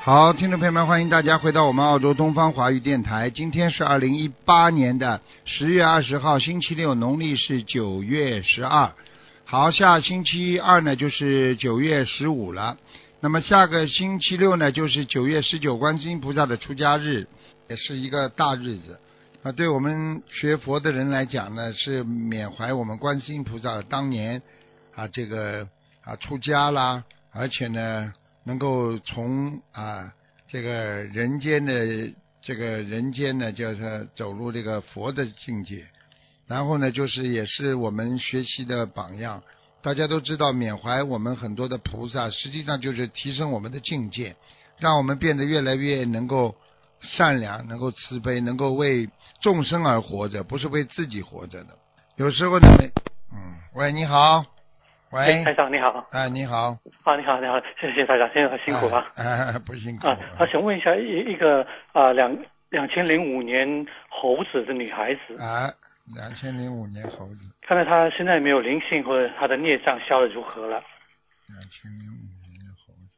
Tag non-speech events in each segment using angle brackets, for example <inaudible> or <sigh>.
好，听众朋友们，欢迎大家回到我们澳洲东方华语电台。今天是二零一八年的十月二十号，星期六，农历是九月十二。好，下星期二呢就是九月十五了。那么下个星期六呢就是九月十九，观世音菩萨的出家日，也是一个大日子。啊，对我们学佛的人来讲呢，是缅怀我们观世音菩萨当年啊这个啊出家啦，而且呢能够从啊这个人间的这个人间呢，就是走入这个佛的境界。然后呢，就是也是我们学习的榜样。大家都知道，缅怀我们很多的菩萨，实际上就是提升我们的境界，让我们变得越来越能够善良、能够慈悲、能够为众生而活着，不是为自己活着的。有时候呢，嗯，喂，你好，喂，台长你好，哎，你好，啊你好你好，谢谢台长，先生辛苦啊。哎，哎不辛苦啊，我想问一下一一个啊两两千零五年猴子的女孩子，啊，两千零五年猴子，看看她现在有没有灵性或者她的孽障消的如何了。两千零五年的猴子，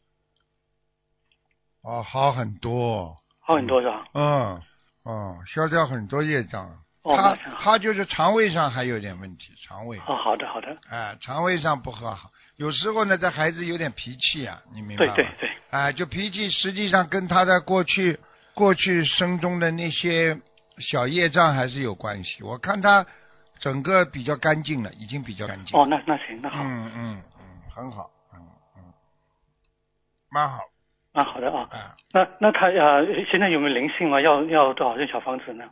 哦，好很多，好很多是吧？嗯，哦，消掉很多业障。哦，他马上好。他就是肠胃上还有点问题，肠胃，哦，好的好的，哎，肠胃上不和好。有时候呢，这孩子有点脾气啊，你明白对吗？对对，哎，就脾气实际上跟他的过去过去生中的那些小业障还是有关系。我看他整个比较干净了，已经比较干净。哦，那那行那好，嗯嗯嗯，很好，嗯嗯，蛮好那好的啊，啊。那那她啊现在有没有灵性啊？要要多少间小房子嗯呢？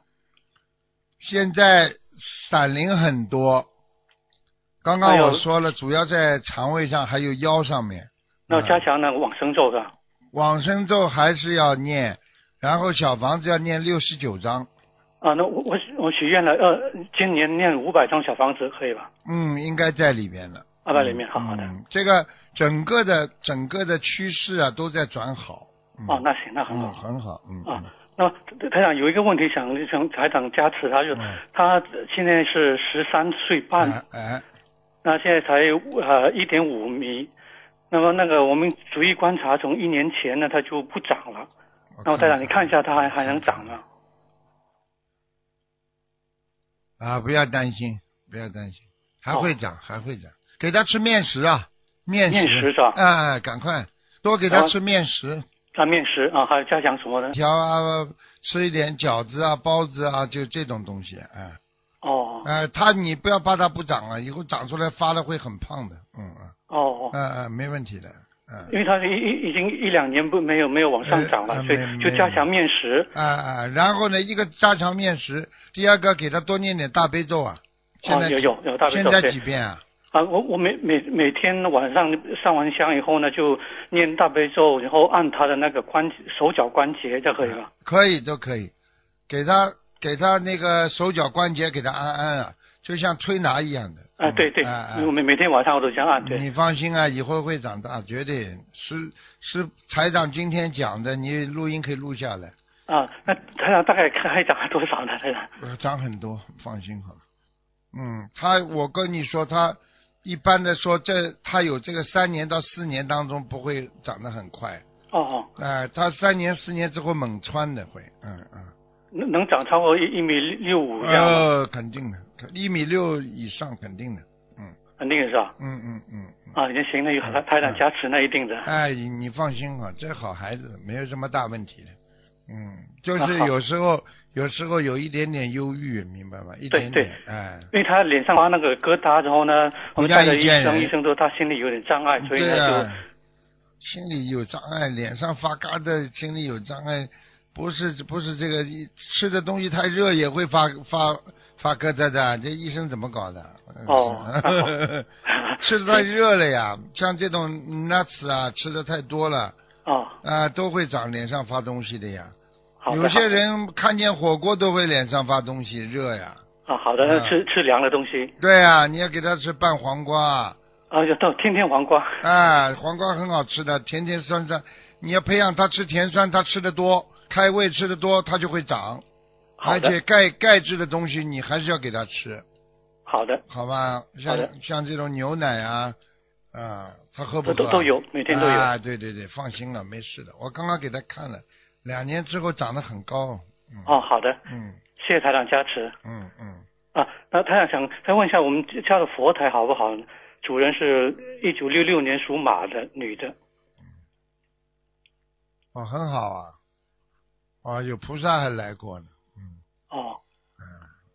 现在散灵很多，刚刚还有我说了，主要在肠胃上还有腰上面。那加嗯、强那个往生咒是吧？往生咒还是要念，然后小房子要念六十九章。啊，那我我我许愿了，呃，今年念五百张小房子可以吧？嗯，应该在里面了。二百里面，好好的。嗯，这个整个的整个的趋势啊都在转好。嗯、哦，那行，那很好嗯。很好，嗯啊，那么台长有一个问题想想台长加持，他就、嗯他现在是十三岁半，哎哎那现在才呃一点五米，那么那个我们逐一观察，从一年前呢他就不长了，我那么台长你看一下他他还还能长吗？啊，不要担心，不要担心，还哦会长，还会长。给他吃面食啊，面食，面食是吧哎、赶快多给他啊吃面食，那面食啊，还有加强什么呢？条啊，吃一点饺子啊、包子啊，就这种东西，哎、哦哎、他你不要怕他不长啊，以后长出来发了会很胖的，嗯嗯，哦，嗯嗯，没问题的，嗯，因为他是一一已经一两年不没有没有往上涨了，呃呃所没以就加强面食。啊啊，然后呢，一个加强面食，第二个给他多念点大悲咒啊，现在、哦，有有有大悲咒现在对几遍啊？啊，我我每每每天晚上上完香以后呢，就念大悲咒，然后按他的那个关节手脚关节，这可以吗？可以，都可以，给他给他那个手脚关节给他按按啊，就像推拿一样的。啊，嗯对对，啊因为我每每天晚上我都这样按，对，你放心啊，以后会长大，绝对是是台长今天讲的，你录音可以录下来，啊，那台长大概开长多少呢？台长，呃长很多，放心好了。嗯，他我跟你说，他一般的说这他有这个三年到四年当中不会长得很快，哦哦，哎、他三年四年之后猛窜的会，嗯嗯。能能长超过一一米六五这样吗？呃，肯定的，一米六以上肯定的。肯定是吧？嗯嗯嗯，嗯啊，也行，那有台台长加持，那一定的。哎，你你放心啊，这好孩子没有什么大问题的。嗯，就啊是好有时候有时候有一点点忧郁，明白吗？一对点对点，哎，因为他脸上发那个疙瘩，然后呢，我们带着医不愿意见生，人医生说他心里有点障碍，所以对他就啊，心里有障碍，脸上发疙瘩，心里有障碍，不是不是这个吃的东西太热也会发发发疙瘩的，这医生怎么搞的？嗯哦 <laughs> <laughs> 吃的太热了呀，像这种 nuts 啊，吃的太多了哦，啊、都会长脸上发东西的呀。好的，有好些的人看见火锅都会脸上发东西，热呀。啊，好的，嗯那吃吃凉的东西，对呀、你要给他吃拌黄瓜啊，就到天天黄瓜。啊，黄瓜很好吃的，甜甜酸酸。你要培养他吃甜酸，他吃的多，开胃吃的多，他就会长。好而的且钙钙质的东西你还是要给他吃，好的，好吧？好像的像这种牛奶啊，啊，他喝不喝、啊？都都有，每天都有。啊，对对对，放心了，没事的。我刚刚给他看了，两年之后长得很高。嗯、哦，好的。嗯，谢谢台长加持。嗯嗯。啊，那台长想再问一下，我们家的佛台好不好？主人是一九六六年属马的女的。哦，很好啊。啊，有菩萨还来过呢。嗯。哦。嗯，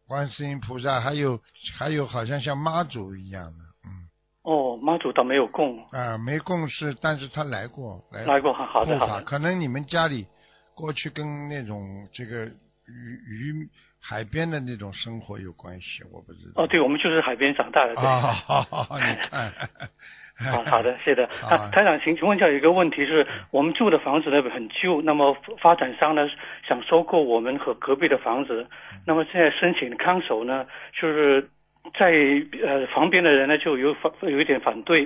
观世音菩萨还有还有，好像像妈祖一样的。哦，妈祖倒没有供啊，没供是，但是他来过，来来过，好的好的。可能你们家里过去跟那种这个鱼鱼海边的那种生活有关系，我不知道。哦，对，我们就是海边长大的。啊、哦，你看。 <laughs> <laughs> 哦好好的，谢的。啊，台长，请请问一下，有一个问题是我们住的房子呢很旧，那么发展商呢想收购我们和隔壁的房子，嗯那么现在申请看守呢，就是。在呃旁边的人呢就有反有一点反对，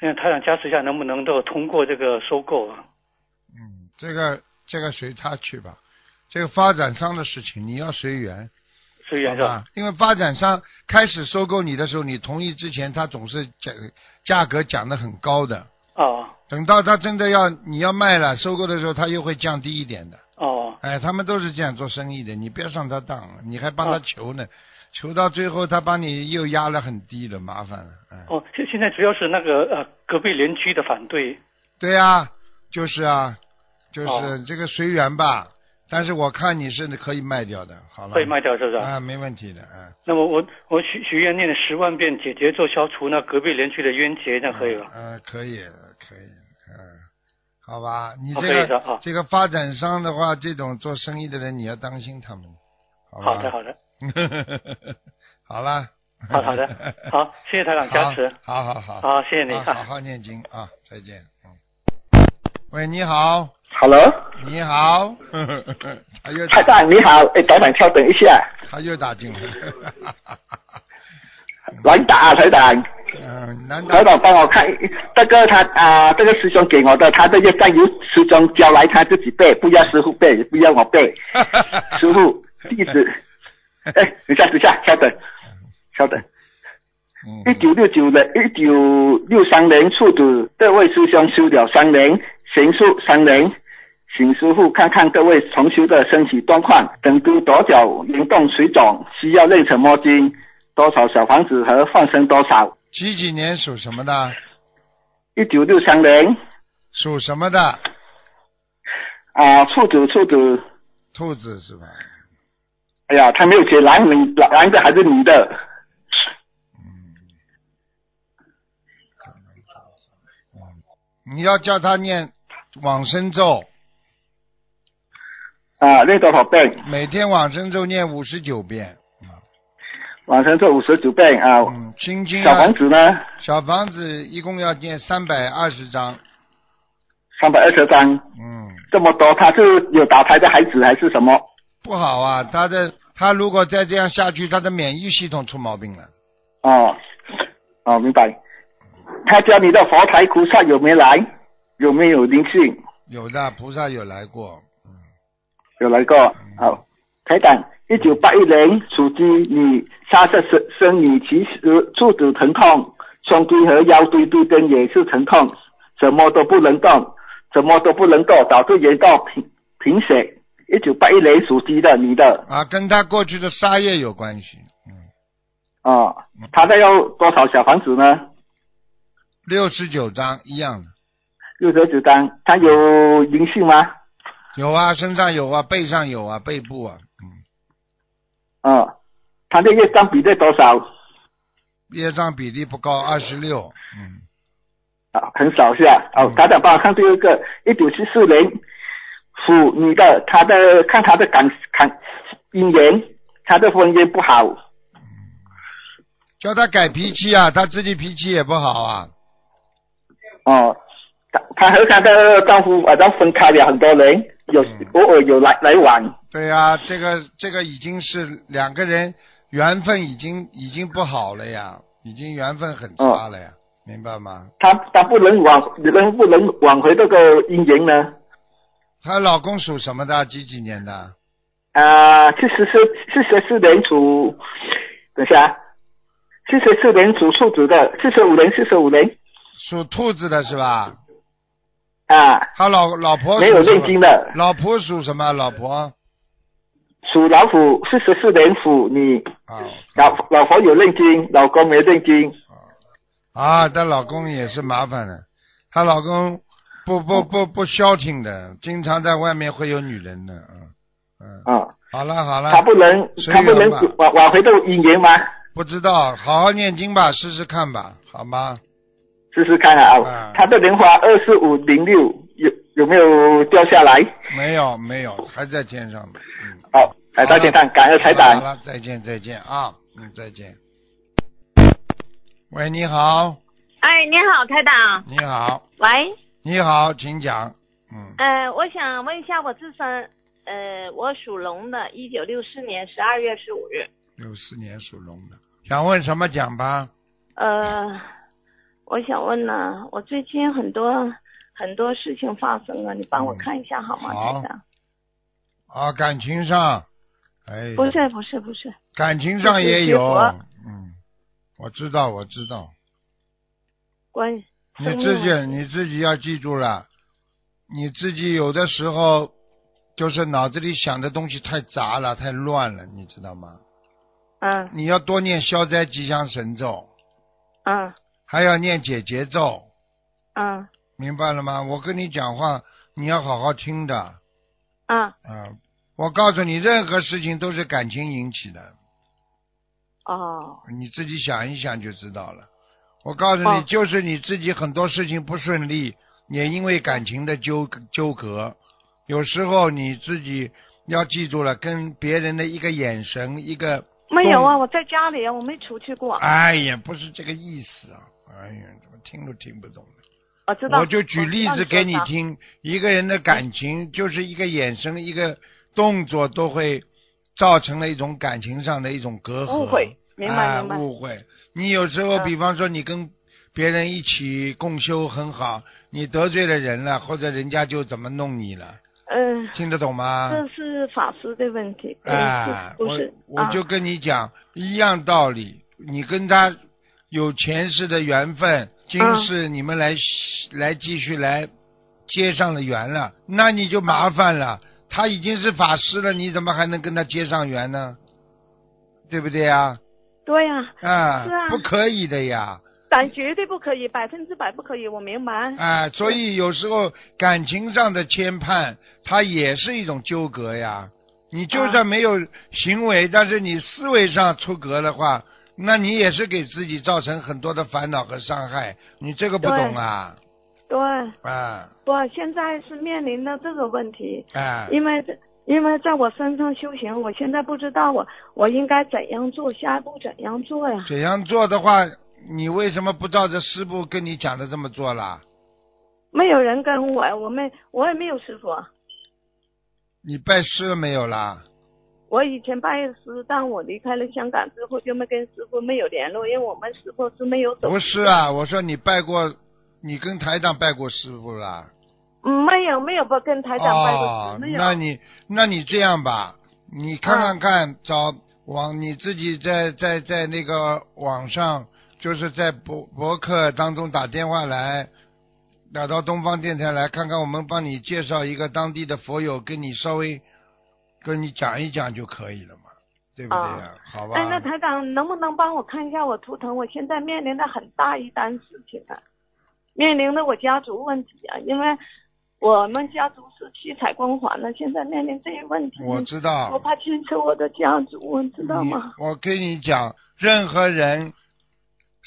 嗯，台长加持一下，能不能够通过这个收购啊？嗯，这个这个随他去吧，这个发展商的事情你要随缘，随缘是吧？因为发展商开始收购你的时候，你同意之前，他总是讲价格讲的很高的。哦。等到他真的要你要卖了，收购的时候他又会降低一点的。哦。哎，他们都是这样做生意的，你不要上他当，你还啊帮他求呢。哦求到最后，他把你又压得很低了，麻烦了。嗯、哦，现现在主要是那个呃隔壁邻居的反对。对啊，就是啊，就是、哦、这个随缘吧。但是我看你是可以卖掉的，好了。可以卖掉是不是？啊，没问题的啊。那么我我许许愿念了十万遍解结咒，消除那隔壁邻居的冤结，那可以吧？嗯、呃，可以，可以，嗯、呃，好吧。你这个、哦、这个发展商的话，这种做生意的人，你要当心他们，好吧？好的，好的。 <laughs> 好啦，好 <laughs> 好的，好，谢谢台长加持，好好好，好谢谢您，啊啊好好念经啊，再见，嗯，喂，你好，Hello，你 <laughs> 好，他又台长你好，哎，台长稍等一下，他又打进来，难打台长， <laughs> 嗯，难打，台长帮我看这个他啊，这个师兄给我的，他这个酱油师兄教来他自己背，不要师傅背，不要我背， <laughs> 师傅弟 <laughs> 子。哎，等一下，等一下，稍等，稍等。嗯一哎九六九年，一九六三年出土，这位师兄修了三年，行书三年，请师傅看看这位重修的身体状况，整骨多久严重水肿，需要练什么经，多少小房子和放生多少？几几年属什么的？一九六三年。属什么的？啊，兔子，兔子。兔子是吧？哎呀，他没有写男女，男的还是女的？嗯，你要叫他念往生咒。啊，念多少遍？每天往生咒念五十九遍。往生咒五十九遍啊。嗯，心经、啊。小房子呢？小房子一共要念三百二十章。三百二十章。嗯。这么多，他是有打胎的孩子还是什么？不好啊，他的他如果再这样下去，他的免疫系统出毛病了。哦，哦，明白。他家里的佛台菩萨有没来？有没有灵性？有的，菩萨有来过。嗯、有来过。好、哦，台长，一九八一年属鸡女，沙色生生理其实肚子疼痛，胸椎和腰椎椎间也是疼痛，什么都不能动，什么都不能做，导致严重贫贫血。一九八一年属鸡的女的啊，跟他过去的沙业有关系。嗯，哦，他那要多少小房子呢？六十九张一样的。六十九张，他有灵性吗？有啊，身上有啊，背上有啊，背部啊。嗯。哦，他的业障比例多少？业障比例不高，二十六。嗯。啊，很少是吧？哦，打打帮我看第二个，一九七四年。属女的，她的看她的感感姻缘，她的婚姻不好，叫她改脾气啊，她自己脾气也不好啊。哦，她她和她的丈夫好像分开了很多年，有、嗯、偶尔有来来往。对啊，这个这个已经是两个人缘分已经已经不好了呀，已经缘分很差了呀，哦、明白吗？她她不能挽，能不能挽回这个姻缘呢？她老公属什么的？几几年的？啊，七十四七十四年属，啊等下，七十四年属兔子的，七十五年，七十五年。属兔子的是吧？啊，他老老婆属没有什么念经的，老婆属什么？老婆属老虎是十四年虎，你啊老老婆有念经，老公没念经，啊，她老公也是麻烦的，她老公不哦不不不消停的，经常在外面会有女人的，嗯嗯，啊，好了好了，他不能随他不缘能吧挽挽回到姻缘吗？不知道，好好念经吧，试试看吧，好吗？试试看啊啊，他的莲花二四五零六有有没有掉下来？没有没有，还在天上呢，嗯。哦，来好到了现场，感恩财好长，了，再见再见啊，嗯，再见。喂，你好，哎，你好，台长。你好，喂，你好，请讲。嗯，呃，我想问一下我自身，呃，我属龙的，一九六四年十二月十五日。六四年属龙的，想问什么讲吧？呃，我想问呢，我最近很多很多事情发生了，你帮我看一下好吗，嗯好台长？啊，感情上，哎，不是，不是，不是，感情上就是也学有佛，嗯，我知道，我知道，关于你生自命问己你自己要记住了，你自己有的时候就是脑子里想的东西太杂了，太乱了，你知道吗？嗯你要多念消灾吉祥神咒，嗯还要念解结咒，嗯明白了吗？我跟你讲话，你要好好听的啊、嗯，我告诉你，任何事情都是感情引起的，哦，你自己想一想就知道了。我告诉你，哦就是你自己很多事情不顺利，也因为感情的纠纠葛。有时候你自己要记住了，跟别人的一个眼神，一个没有啊，动我在家里啊，我没出去过。哎呀，不是这个意思啊！哎呀，怎么听都听不懂了我知道。我就举例子给你我知道听，一个人的感情就是一个眼神、一个动作都会造成了一种感情上的一种隔阂。误会明白哎明白误会，你有时候嗯比方说你跟别人一起共修很好，你得罪了人了，或者人家就怎么弄你了，嗯、听得懂吗？这是法师的问题，不是、啊哎，不我是。我啊就跟你讲一样道理，你跟他有前世的缘分，今嗯世你们来来继续来接上了缘了，那你就麻烦了。他已经是法师了，你怎么还能跟他接上缘呢？对不对啊？对呀、啊，是啊不可以的呀！但绝对不可以，百分之百不可以，我明白。啊，所以有时候感情上的牵绊，它也是一种纠葛呀。你就啊算没有行为，但是你思维上出格的话，那你也是给自己造成很多的烦恼和伤害。你这个不懂啊对，啊我现在是面临的这个问题，啊！因为这因为在我身上修行，我现在不知道我我应该怎样做，下一步怎样做呀？这样做的话，你为什么不照着师傅跟你讲的这么做啦？没有人跟我，我没我也没有师傅，你拜师了没有啦？我以前拜师，但我离开了香港之后就没跟师傅没有联络，因为我们师傅是没有走，不是啊，我说你拜过，你跟台长拜过师傅啦。嗯没有没有不跟台长拜过哦师，没有。那你那你这样吧，你看看看，找网你自己在在在那个网上，就是在博博客当中打电话来，打到东方电台来看看，我们帮你介绍一个当地的佛友，跟你稍微跟你讲一讲就可以了嘛，对不对呀、好吧？哎，那台长能不能帮我看一下我图腾？我现在面临的很大一单事情啊，面临的我家族问题啊，因为我们家族是七彩光环的，现在面临这一问题，我知道，我怕牵扯我的家族，你知道你吗？我跟你讲，任何人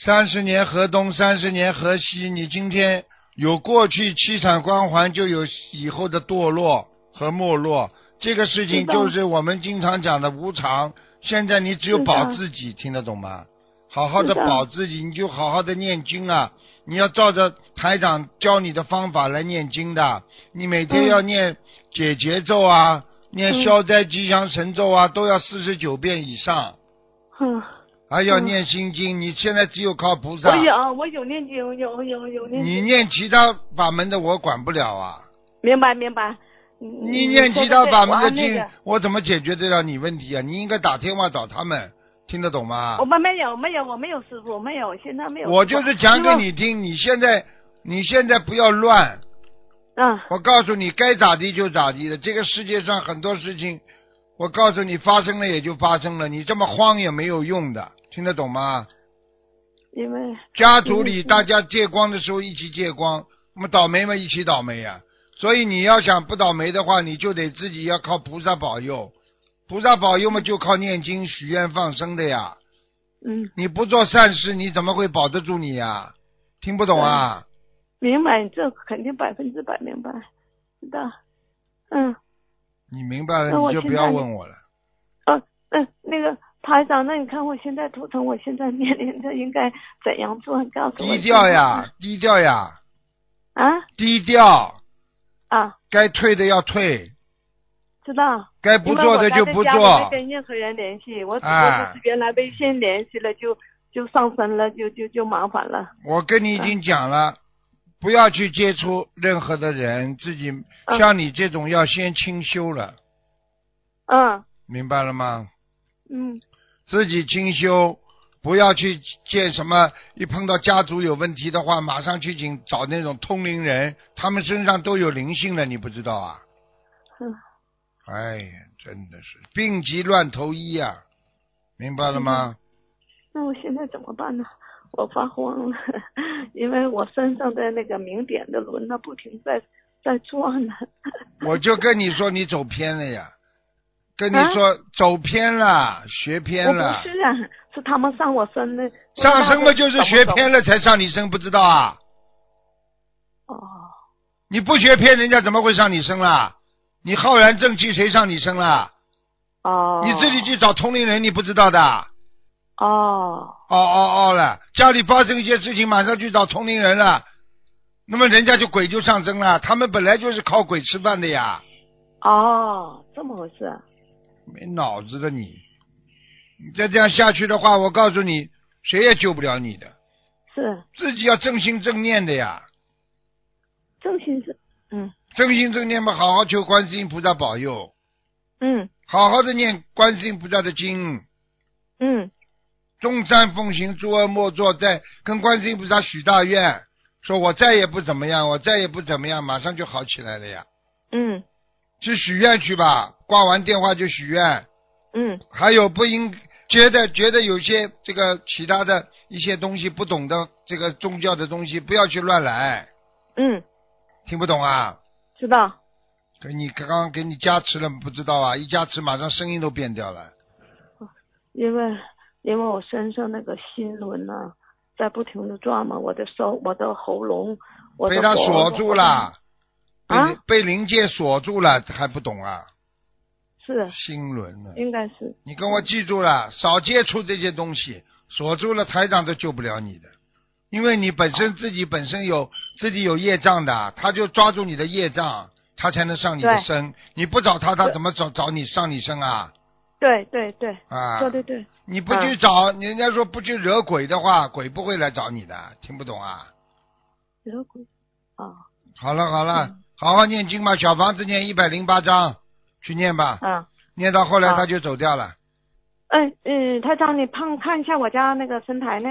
三十年河东，三十年河西，你今天有过去七彩光环，就有以后的堕落和没落。这个事情知道就是我们经常讲的无常。现在你只有知道保自己，听得懂吗？好好的知道保自己，你就好好的念经啊！你要照着台长教你的方法来念经的。你每天嗯要念解结咒啊，念嗯消灾吉祥神咒啊，都要四十九遍以上，嗯，还要嗯念心经。你现在只有靠菩萨我，有，我有念经，有有有有念你经，念其他法门的我管不了啊。明白明白。你你念说其他对法我门的按那经个，啊我怎么解决得了你问题啊？你应该打电话找他们，听得懂吗？我们没有没有我没有师傅，我没有现在没有。我就是讲给你听，你现在你现在不要乱，嗯我告诉你该咋地就咋地的。这个世界上很多事情，我告诉你发生了也就发生了，你这么慌也没有用的，听得懂吗？因为家族里嗯大家借光的时候一起借光，那么倒霉嘛一起倒霉呀、所以你要想不倒霉的话，你就得自己要靠菩萨保佑，菩萨保佑嘛就靠念经、许愿、放生的呀。嗯你不做善事，你怎么会保得住你呀、听不懂啊？明白，这肯定百分之百明白，知道。嗯你明白了那我你就不要问我了。嗯嗯，那个台长，那你看我现在头疼，我现在面临着应该怎样做？你告诉我。低调呀，低调呀，啊低调，啊，该退的要退，知道。该不做的就不因为我来做。的家里没跟任何人联系，我只不过哎就是原来微信联系了，就就上升了，就就就麻烦了。我跟你已嗯经讲了，不要去接触任何的人，自己像你这种要先清修了，嗯明白了吗？嗯自己清修，不要去见什么。一碰到家族有问题的话，马上去请找那种通灵人，他们身上都有灵性的，你不知道啊？嗯哎呀，真的是病急乱投医呀、明白了吗？嗯那我现在怎么办呢？我发慌了， <laughs> 因为我身上的那个明点的轮呢，不停在在转呢。我就跟你说，你走偏了呀，跟你说、走偏了，学啊我偏不了。是啊，是他们上我身的。上升嘛，就是学偏了。了才上你身，不知道啊？哦，你不学偏，人家怎么会上你身啦？你浩然正气，谁上你身啦？哦，你自己去找同龄人，你不知道的。哦，哦哦哦了，家里发生一些事情，马上去找同龄人了，那么人家就鬼就上身了。他们本来就是靠鬼吃饭的呀，哦，这么回事啊，没脑子的你！你再这样下去的话，我告诉你，谁也救不了你的。是自己要正心正念的呀，正心是，嗯正心正念嘛，好好求观世音菩萨保佑。嗯好好的念观世音菩萨的经，嗯众善奉行，诸恶莫作，在跟观世音菩萨许大愿，说我再也不怎么样，我再也不怎么样，马上就好起来了呀。嗯去许愿去吧，挂完电话就许愿。嗯还有不应觉得觉得有些这个其他的一些东西不懂的这个宗教的东西，不要去乱来，嗯，听不懂啊？知道。给你刚刚给你加持了，不知道啊？一加持马上声音都变掉了。因为因为我身上那个心轮呢、在不停的转嘛，我的手、我的喉咙，我的被他脖子锁住。了，被啊灵被灵界锁住了，还不懂啊？是，心轮呢？应该是你跟我记住了，少接触这些东西，锁住了台长都救不了你的，因为你本身自己本身有自己有业障的，啊他就抓住你的业障，他才能上你的对身。你不找他，他对怎么找找你上你身啊？对对对，啊说，的对，嗯你不去找，人家说不去惹鬼的话，鬼不会来找你的，听不懂啊？惹鬼啊好了好了，嗯好好念经吧，小房子念一百零八章，去念吧，啊。念到后来好他就走掉了。哎嗯，他让你胖看一下我家那个神台呢？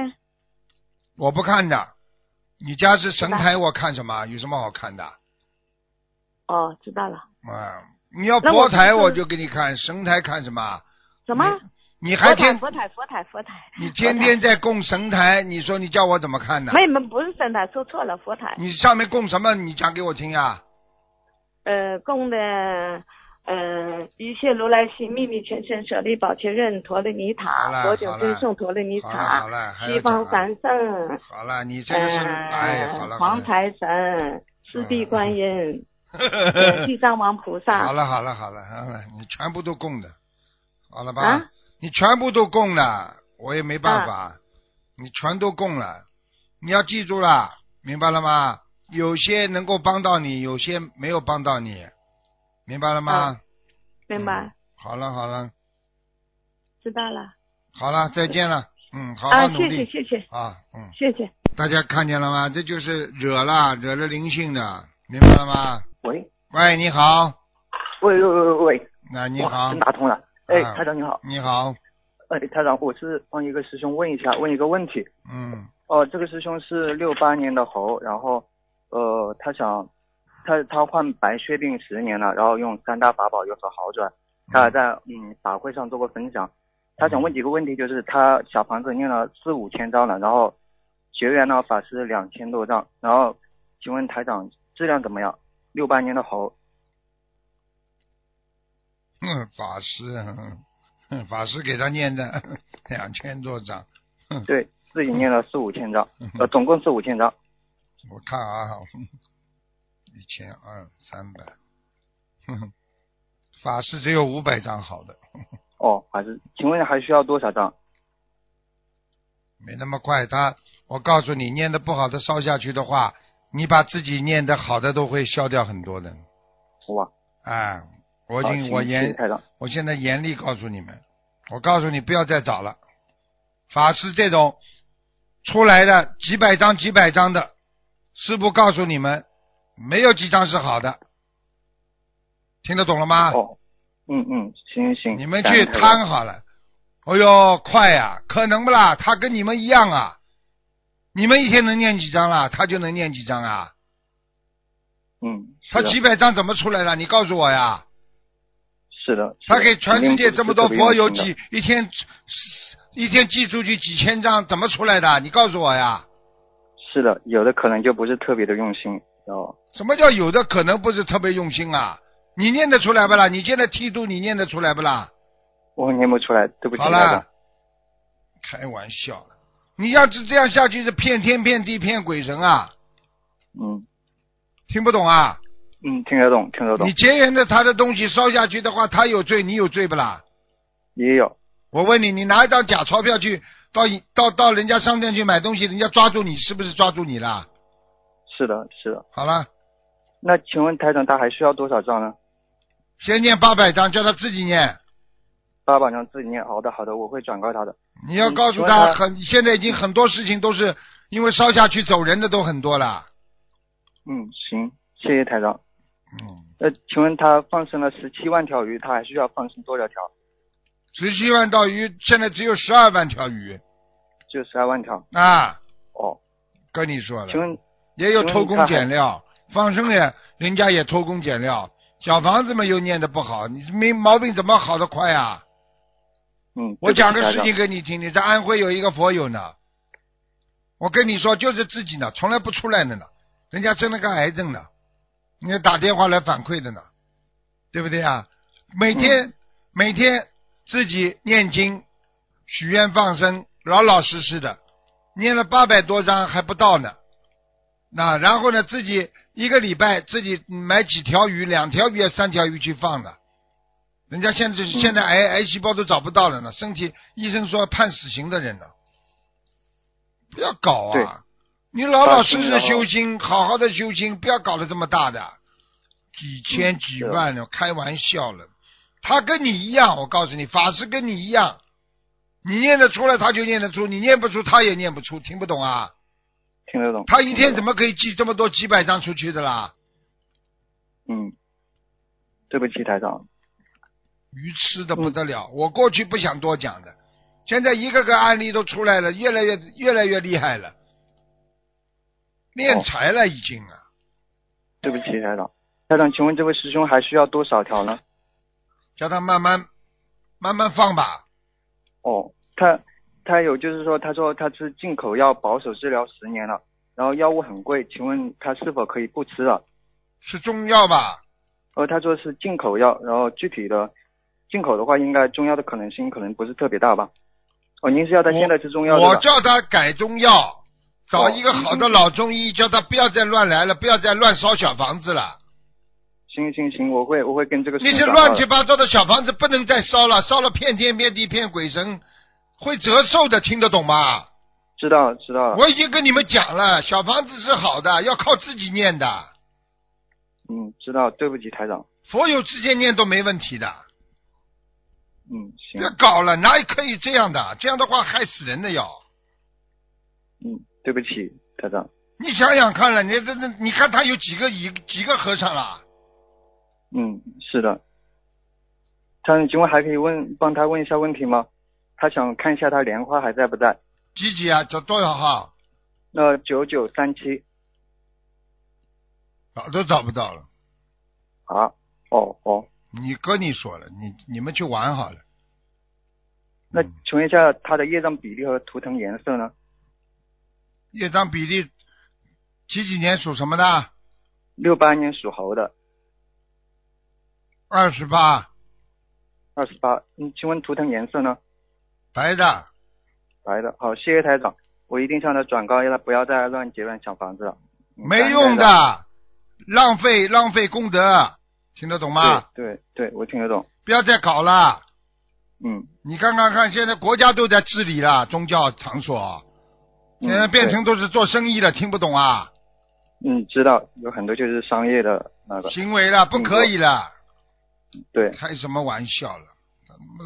我不看的，你家是神明台，我看什么？有什么好看的？哦，知道了。啊，你要那我佛台平时我就给你看，神台看什么？什么？你还佛台天佛台佛台佛台。你天佛台天在供神台，你说你叫我怎么看呢？没没不是神台，说错了，佛台。你上面供什么？你讲给我听呀！呃，供的呃一切如来心秘密全身舍利宝千仞陀利尼好了塔，佛九好了尊颂陀利尼好了好塔，了，还要讲西方啊三圣，好了，你这个是哎，好呃了，好黄 <laughs> 了，财神、四地观音、呃地藏王菩好萨。了好了好了好了，你全部都供的，好了吧？啊你全部都供了，我也没办法，你全都供了，你要记住了，明白了吗？有些能够帮到你，有些没有帮到你，明白了吗？啊明嗯白，好了好了知道了。好了，再见了，嗯，好好啊，努谢谢力谢谢啊嗯，谢谢。大家看见了吗？这就是惹了惹了灵性的，明白了吗？喂喂，你好，喂喂喂喂喂，那你哇好真，打通了。哎，啊台长你好，你好，哎，台长，我是帮一个师兄问一下，问一个问题。嗯，哦，这个师兄是六八年的猴，然后呃，他想他他患白血病十年了，然后用三大法宝有所好转。他还在嗯法会上做过分享，他想问几个问题，就是他小房子念了四五千张了，然后学员呢法师两千多张，然后请问台长质量怎么样？六八年的猴，嗯，法师，嗯嗯法师给他念的 <laughs> 两千多张，对自己 <laughs> 念了四五千张，嗯呃，总共四五千张。我看啊，一千二三百，哼哼法师只有五百张好的，哦，还是请问还需要多少张？没那么快。他，我告诉你，念的不好的烧下去的话，你把自己念的好的都会消掉很多的。哇，哎，我已好经我请严请台长，我现在严厉告诉你们，我告诉你不要再找了。法师这种出来的几百张、几百张的，师傅告诉你们，没有几张是好的，听得懂了吗？哦，嗯嗯，行行，啊你们感去恩台长摊好了。哎呦，快呀、可能不啦？他跟你们一样啊，你们一天能念几张啦？他就能念几张啊？嗯，他是的几百张怎么出来的？你告诉我呀。是的，是他的给全世界这么多佛友，肯定不是特别用几一天一天寄出去几千张，怎么出来的？你告诉我呀。心的是的，有的可能就不是特别的用心，哦，什么叫有的可能不是特别用心啊？你念得出来不啦？你现在剃度，你念得出来不啦？我念不出来，对不起，好台啦长，，开玩笑了。你要是这样下去，是骗天骗地骗鬼神啊！嗯听不懂啊？嗯，听得懂，听得懂你，结缘的他的东西烧下去的话，他有罪，你有罪不啦？也有，我问你，你拿一张假钞票去到到到人家商店去买东西，人家抓住你，是不是抓住你啦？是的，是的。好了，那请问台长，他还需要多少张呢？先念八百张，叫他自己念。八百张自己念，好的好的，我会转告他的。你要嗯告诉说他他嗯很，现在已经很多事情都是因为烧下去走人的都很多了。嗯，行，谢谢台长。嗯，那请问他放生了十七万条鱼，他还需要放生多少条？十七万条鱼，现在只有十二万条鱼就十二万条。啊！哦，跟你说了，请问也有偷工请问减料，放生也人家也偷工减料，小房子嘛又念的不好，你没毛病怎么好的快啊？嗯，我讲对不个起事情台给你听，你在安徽有一个佛友呢，我跟你说就是自己呢，从来不出来的呢，人家生了个癌症呢，人家打电话来反馈的呢，对不对啊？每天、每天自己念经、许愿、放生，老老实实的，念了八百多章还不到呢。那然后呢，自己一个礼拜自己买几条鱼，两条鱼、三条鱼去放的。人家现在就是现在癌癌细胞都找不到了呢，身体医生说判死刑的人呢，不要搞对啊！你老老实放实心修心，好好的修心，不要搞得这么大的，几嗯千几万的，开玩笑了。他跟你一样，我告诉你，法师跟你一样，你念得出来他就念得出，你念不出他也念不出，听不懂啊？长听得懂。他一天怎么？么可以寄这么多几百张出去的啦？嗯，对不起台长。愚痴的不得了。嗯我过去不想多讲的，现在一个个案例都出来了，越来越越来越厉害哦了，练财了已经啊。对不起，台长。台长，请问这位师兄还需要多少条呢？叫他慢慢慢慢放吧。哦，他他有就是说，他说他吃进口药保守治疗十年了，然后药物很贵，请问他是否可以不吃了？是中药吧？呃，他说是进口药，然后具体的进口的话，应该中药的可能性可能不是特别大吧？哦，您是要他现在吃中药我对吧？叫他改中药，找哦一个好的老中医，叫他不要再乱来了，不要再乱烧小房子了。行行行，我会我会跟这个师那兄些讲乱到七的八糟的小房子不能再烧了，烧了骗天骗地骗鬼神，会折寿的，听得懂吗？啊知道了知道了，我已经跟你们讲了，小房子是好的，要靠自己念的，嗯，知道，对不起，台长，佛友之间念都没问题的。嗯，行别，搞了，哪里可以这样的？这样的话害死人的要。嗯，对不起，台长，你想想看了，你这这，你看他有几个一几个和尚了？嗯，是的。他请问还可以问帮他问一下问题吗？他想看一下他莲花还在不在。几几啊？找多少号？那九九三七找都找不到了。啊，哦哦，你跟你说了，你你们去玩好了。那嗯请问一下他的业障比例和图腾颜色呢？业障比例几几年属什么的？六八年属猴的，二十八，二十八。嗯，请问图腾颜色呢？白的。白的。好，谢谢台长，我一定向他转告一下，不要再乱结乱想房子了。嗯没用。感恩台长的，浪费浪费功德，听得懂吗？对对对，我听得懂。不要再搞了。嗯，你看看看，现在国家都在治理了，宗教场所嗯现在变对成都是做生意了，听不懂啊？嗯，知道有很多就是商业的那个，行为了，不可以了，对，开什么玩笑了？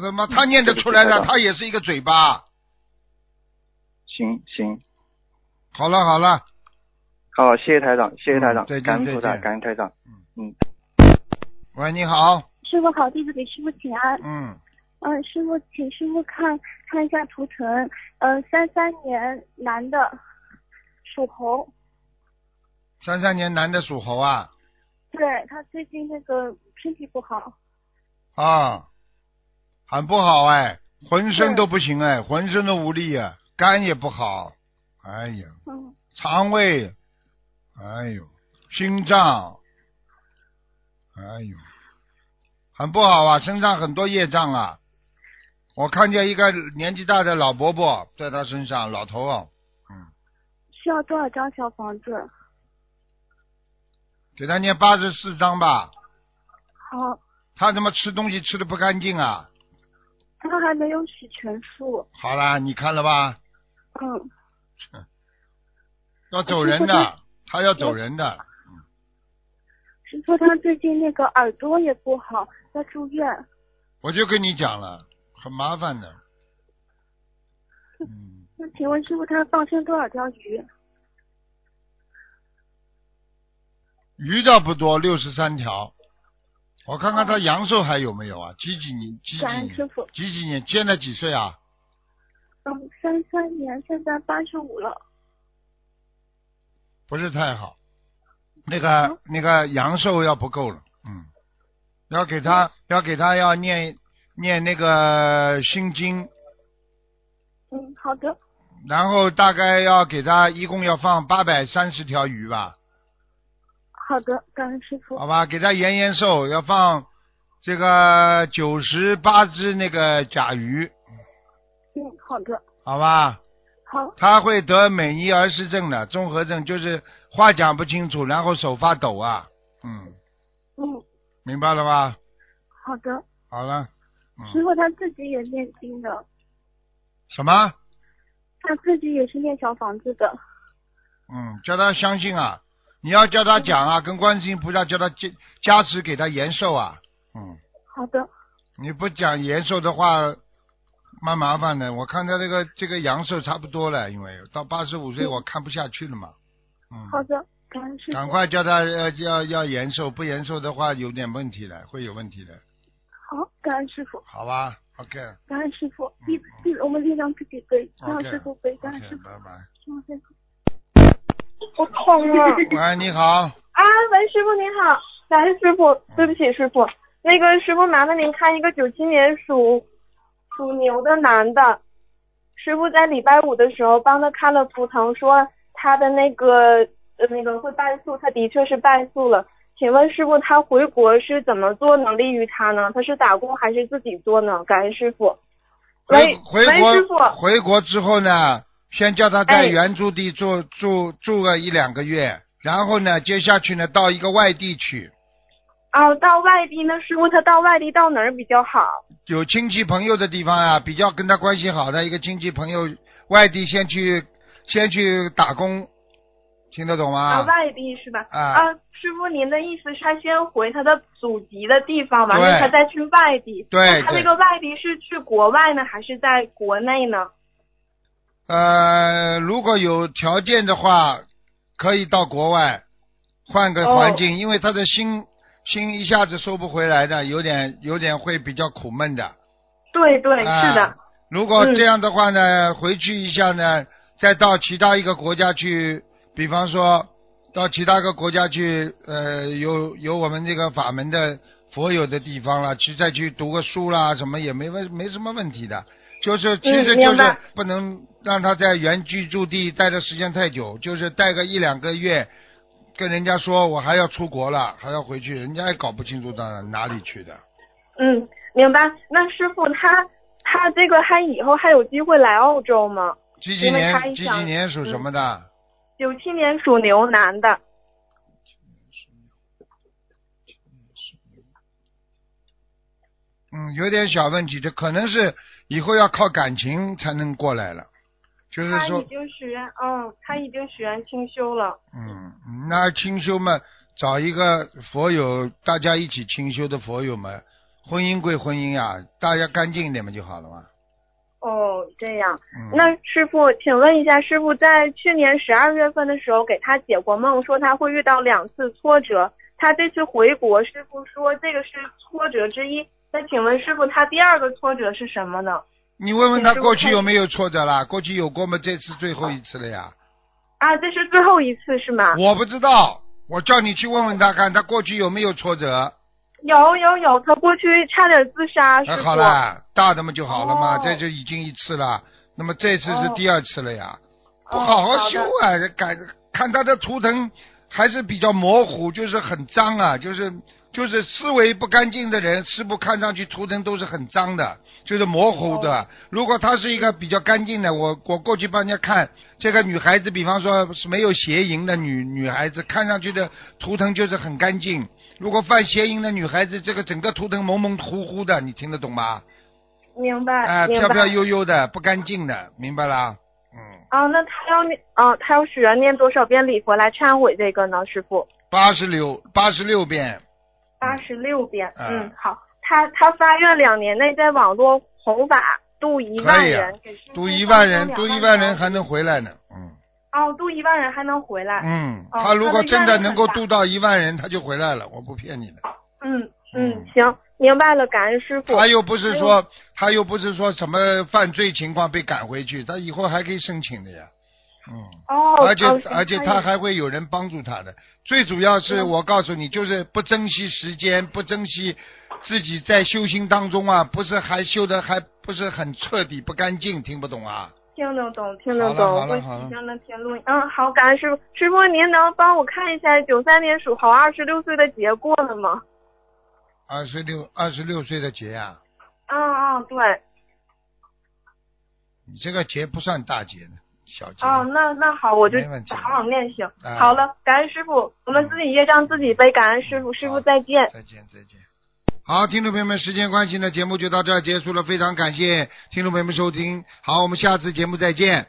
他妈，他念得出来嗯对的，不起他也是一个嘴巴。行行，好了好了，好，谢谢台长，谢谢台长嗯再，见感恩菩再萨，见感恩台长，喂，你好，师傅好，弟子给师傅请安。嗯，嗯、师傅，请师傅看看一下图腾。呃，三三年男的，属猴。三三年男的属猴啊对他最近那个身体不好，啊，很不好哎，浑身都不行哎，浑身都无力啊，肝也不好，哎呀，嗯，肠胃，哎呦，心脏，哎呦，很不好啊，身上很多业障啊。我看见一个年纪大的老伯伯在他身上，老头啊，需要多少张小房子？给他念八十四章吧。好，他怎么吃东西吃的不干净啊？他还没有洗全数。好啦，你看了吧？嗯，要走人的，他要走人的。师傅他最近那个耳朵也不好，在住院。我就跟你讲了，很麻烦的。嗯，那请问师傅他放生多少条鱼？鱼倒不多，六十三条。我看看他阳寿还有没有啊？几几年？几几感恩年？师傅。几几年？现在几岁啊？嗯，三三年现在八十五了。不是太好，那个那个阳寿要不够了，嗯，要给他要给他要念念那个心经，嗯，好的。然后大概要给他一共要放八百三十条鱼吧，好的，感恩师傅。好吧，给他延延寿，要放这个九十八只那个甲鱼，嗯，好的，好吧，好，他会得美尼尔氏症的综合症，就是话讲不清楚，然后手发抖啊，嗯，嗯，明白了吧？好的。好了，师嗯，傅他自己也念经的，什么？他自己也是念小房子的。嗯，叫他相信啊，你要叫他讲啊，跟观世音菩萨叫他加加持给他延寿啊。嗯，好的，你不讲延寿的话，蛮麻烦的。我看他这个这个阳寿差不多了，因为到八十五嗯岁我看不下去了嘛。好嗯，的，感恩师赶傅。快叫他要要要延寿，不延寿的话有点问题了，会有问题的，好，感恩师傅，好吧？OK，感恩师傅。嗯弟弟，我们力量自己背，让 OK 师傅背，感啊 OK，恩师傅。拜拜。我痛啊！喂，你好， <laughs> 啊，文师傅您好，感恩师傅，对不起师傅，那个师傅麻烦您看一个九七年属属牛的男的，师傅在礼拜五的时候帮他看了图腾，说他的那个呃那个会败诉，他的确是败诉了。请问师傅他回国是怎么做能利于他呢？他是打工还是自己做呢？感恩师傅。回喂，回喂，师傅，国回国之后呢，先叫他在哎原住地住、住住个一两个月，然后呢，接下去呢到一个外地去，啊，到外地那师傅他到外地到哪儿比较好？有亲戚朋友的地方啊，比较跟他关系好的一个亲戚朋友，外地先去先去打工，听得懂啊，吗？外地是吧？啊师傅，您的意思是他先回他的祖籍的地方，完对了他再去外地。对他对这个外地是去国外呢，还是在国内呢？呃，如果有条件的话，可以到国外换个环哦境，因为他的心心一下子收不回来的，有点有点会比较苦闷的。对对，是的啊。。如果这样的话呢，回去一下呢，再到其他一个国家去，比方说到其他个国家去，呃，有有我们这个法门的佛友的地方啦，去再去读个书啦，什么也没问没什么问题的。就是其实就嗯明是白不能让他在原居住地待的时间太久，就是待个一两个月，跟人家说我还要出国了，还要回去，人家也搞不清楚到哪里去的。嗯，明白。那师傅他他这个还以后还有机会来澳洲吗？几几因为嗯年他？一几想几年属什么的？九七年属牛男的，嗯，有点小问题，这可能是以后要靠感情才能过来了，就是他已说，经许愿，嗯，他已经许愿清修了。嗯，那清修嘛，找一个佛友，大家一起清修的佛友嘛，婚姻归婚姻呀、大家干净一点嘛就好了嘛。哦，这样。嗯，那师傅，请问一下，师傅在去年十二月份的时候给他解过梦，说他会遇到两次挫折。他这次回国，师傅说这个是挫折之一。那请问师傅，他第二个挫折是什么呢？你问问他请师傅过去看有没有挫折啦？过去有过吗？这次最后一次了呀？啊，这是最后一次是吗？我不知道，我叫你去问问他看，他过去有没有挫折？有有有，他过去差点自杀，师那傅。哎好了，大的嘛就好了嘛，哦这就已经一次了，那么这次是哦第二次了呀。不哦好好好修的啊，感看他的图腾还是比较模糊，就是很脏啊，就是就是思维不干净的人，师傅看上去图腾都是很脏的，就是模糊的。哦如果他是一个比较干净的，我我过去帮人家看这个女孩子，比方说是没有邪淫的女女孩子，看上去的图腾就是很干净。如果犯邪淫的女孩子，这个整个图腾蒙蒙糊糊的，你听得懂吗？明白。哎、啊明飘白。飘悠悠的，不干净的，明白啦？嗯。啊，那他要念啊，他要许愿念多少遍礼佛来忏悔这个呢，师傅？八十六八十六遍，八十六遍。嗯嗯，好。他他发愿两年内在网络弘法度一可万以啊人，给师父读一放万生人，两读一万万人还能回来呢。嗯哦，度一万人还能回来。嗯，哦他如果真的能够那就度到一万人，他就回来了，我不骗你的。嗯嗯嗯，行，明白了，感恩师傅。他又不是哦说他又不是说什么犯罪情况被赶回去，他以后还可以申请的呀。嗯，哦，而且哦行而且他他也还会有人帮助他的。最主要是我告诉你，就是不珍惜时间，不珍惜自己在修行当中啊，不是还修的还不是很彻底，不干净，听不懂啊？听得懂，听得好了好懂，了会好了提前的听录音。嗯，好，感恩师傅。师傅，您能帮我看一下九三年属猴二十六岁的结过了吗？二十六二十六岁的劫啊。嗯嗯，对。你这个劫不算大劫的，小劫。哦，那那好，我就没问题好好念行。啊好了，感恩师傅，我们自己业障自己背。感恩师傅，师好傅再见。再见，再见。好，听众朋友们，时间关系呢，节目就到这儿结束了，非常感谢听众朋友们收听，好，我们下次节目再见。